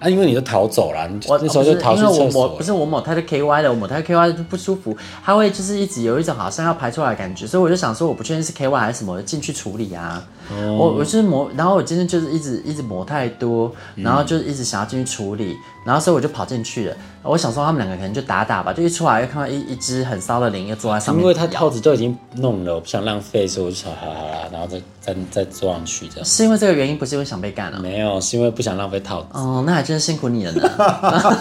S4: 啊，因为你就逃走了，你就
S3: 我哦
S4: 那时候
S3: 不是
S4: 就逃去
S3: 因为我
S4: 厕
S3: 抹
S4: 所
S3: 不
S4: 了
S3: 是。我抹太多 KY 了，我抹太多 KY 就不舒服，它会就是一直有一种好像要排出来的感觉，所以我就想说我不确定是 KY 还是什么，我就进去处理啊。
S4: 哦
S3: 我我就是抹，然后我今天就是一直一直抹太多，
S4: 嗯
S3: 然后就一直想要进去处理，然后所以我就跑进去了。我想说他们两个可能就打打吧，就一出来又看到一一只很骚的灵又坐在上
S4: 因
S3: 面，
S4: 为他套子都已经弄了，我不想浪费，所以我就想好好啦，然后再再再坐上去这样。
S3: 是因为这个原因，不是因为想被干啊了、
S4: 没有，是因为不想浪费套子，
S3: 哦，那还真辛苦你了 呢。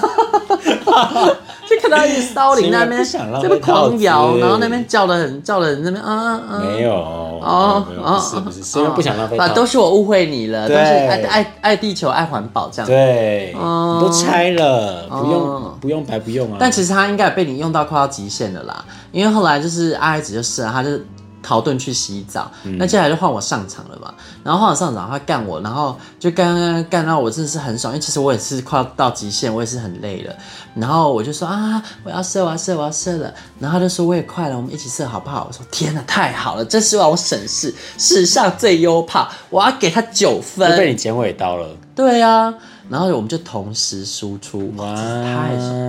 S3: 就看到一骚灵在那边，
S4: 是因为不想浪
S3: 这
S4: 费
S3: 边狂
S4: 套
S3: 摇，
S4: 子
S3: 然后那边叫的很，叫的很那边啊啊啊！
S4: 没有，
S3: 哦
S4: 哦，没有，不
S3: 哦
S4: 是不是，
S3: 哦
S4: 是因为不想浪费
S3: 啊，
S4: 套
S3: 都
S4: 子。
S3: 是我误会你了，都
S4: 对
S3: 是爱爱爱地球、爱环保这样。
S4: 对，
S3: 哦
S4: 你都拆了，不
S3: 哦
S4: 用不用白不用啊。
S3: 但其实他应该也被你用到快要极限了啦，因为后来就是阿姨子就是啊，他就逃遁去洗澡，
S4: 嗯
S3: 那接下来就换我上场了嘛。然后换我上场，他干我，然后就干干干到我真的是很爽，因为其实我也是快要到极限，我也是很累了。然后我就说啊，我要射，我要射，我要射了。然后他就说我也快了，我们一起射好不好？我说天哪，太好了，这是让我审视史上最优炮，我要给他九
S4: 又被
S3: 分。
S4: 你剪尾刀了，
S3: 对啊，然后我们就同时输出，
S4: 哇
S3: 太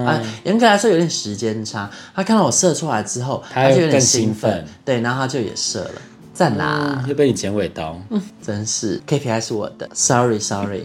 S3: 啊，严格来说有点时间差。他看到我射出来之后，
S4: 他
S3: 就有
S4: 又
S3: 点
S4: 更
S3: 兴
S4: 兴奋
S3: 奋，对，然后他就也射了，赞啦！嗯
S4: 又嗯被你剪尾刀。
S3: 真是 KPI 是我的，sorry sorry。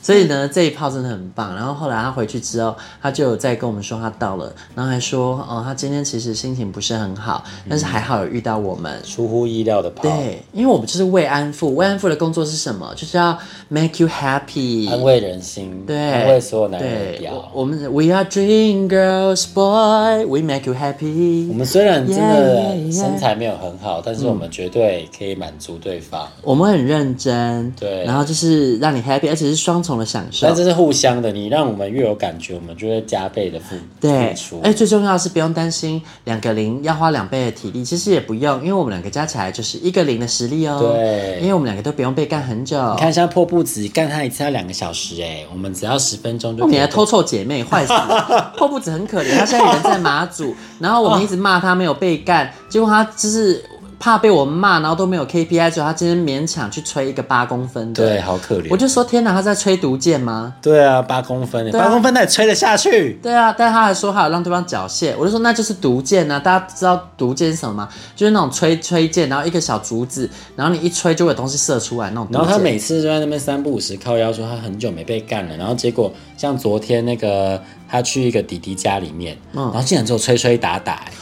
S3: 所 以呢，这一炮真的很棒。然后后来他回去之后，他就有再跟我们说他到了，然后还说哦，他今天其实心情不是很好，
S4: 嗯
S3: 但是还好有遇到我们。
S4: 出乎意料的跑，
S3: 对，因为我们就是慰安妇，慰安妇的工作是什么？就是要 make you happy，
S4: 安慰人心，
S3: 对，
S4: 安慰所有男人的
S3: 对我
S4: 屌。
S3: 我们 We are dream girls, boy, we make you
S4: 我
S3: happy。
S4: 们虽然真
S3: Yeah, yeah,
S4: 的
S3: yeah
S4: 身材没有很好，但是我们绝对可以满足对方，
S3: 我们很认真，
S4: 对
S3: 然后就是让你 happy，而且是双重的享受
S4: 但。这是互相的。你让我们越有感觉，我们就会加倍的付
S3: 对
S4: 付出，。
S3: 哎，最重要的是不用担心两个零要花两倍的体力，其实也不用，因为我们两个加起来就是一个零的实力哦。
S4: 对
S3: 因为我们两个都不用被干很久。
S4: 你看，像破布子干他一次要两个小时、哎，我们只要十分钟就
S3: 哦，
S4: 可以。
S3: 你还偷臭姐妹，坏死 了！破布子很可怜，她现在人在马祖，然后我们一直骂她没有被干，结果她就是怕被我们骂，然后都没有 KPI，结果她今天勉强去吹一个八公分的。
S4: 对，，好可
S3: 我
S4: 怜。
S3: 就说天哪，她在吹毒箭吗？
S4: 对啊，八公分、哎
S3: 对啊
S4: 八公分那也吹得下去？
S3: 对啊，但她还说她有让对方缴械，我就说那就是毒箭啊！大家知道毒箭是什么吗？就是那种吹吹箭，然后一个小竹子，然后你一吹就会有东西射出来那种毒
S4: 然
S3: 箭。
S4: 后他每次就在那边三不五时靠腰说他很久没被干了，然后结果像昨天那个他去一个弟弟家里面，
S3: 嗯
S4: 然后竟然只有吹吹打打、哎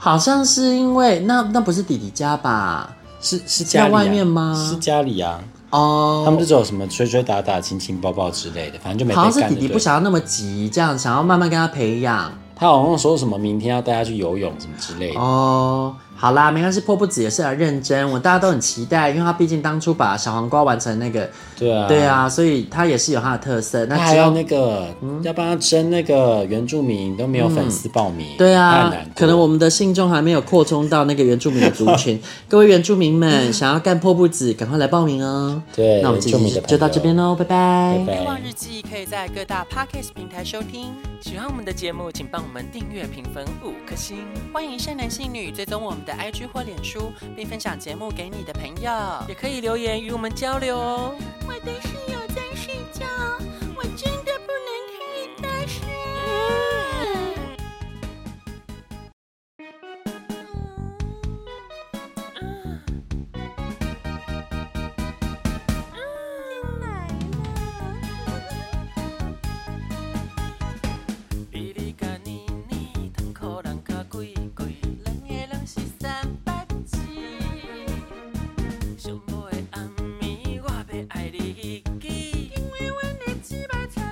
S3: 好像是因为那那不是弟弟家吧？
S4: 是是家里、啊、
S3: 在外面吗
S4: 是家里啊，
S3: 哦、
S4: 他们就只有什么吹吹打打、亲亲抱抱之类的，反正就没被
S3: 好
S4: 干
S3: 像
S4: 就对
S3: 是
S4: 了。
S3: 弟弟不想要那么急，这样想要慢慢跟他培养
S4: 他好像说什么明天要带他去游泳什么之类的。
S3: 哦。好啦，没关系，破布子也是很认真，我大家都很期待，因为他毕竟当初把小黄瓜完成那个，
S4: 对啊，
S3: 对。啊，所以他也是有他的特色。那嗯
S4: 他还
S3: 只
S4: 要
S3: 要
S4: 那个，要帮他争那个原住民都没有粉丝报名，
S3: 嗯对
S4: 他
S3: 啊
S4: 很难过，
S3: 可能我们的信众还没有扩充到那个原住民的族 群。各位原住民们，想要干破布子，赶快来报名哦。
S4: 对
S3: 那我们这
S4: 原住
S3: 集
S4: 民
S3: 就
S4: 的
S3: 就到
S4: 朋友
S3: 这边喽，拜拜
S4: 拜拜
S2: 欲望日记可以在各大 podcast 平台收听。喜欢我们的节目，请帮我们订阅、评分五颗星。欢迎善男信女追踪我们的 IG 或脸书，并分享节目给你的朋友，也可以留言与我们交流哦。
S5: 我的室友在睡觉，我真的不能看他睡。
S2: 比你较黏黏，糖苦人较贵贵，两个人是三八子。想要的暗暝，我要爱你记，因为阮的翅膀长。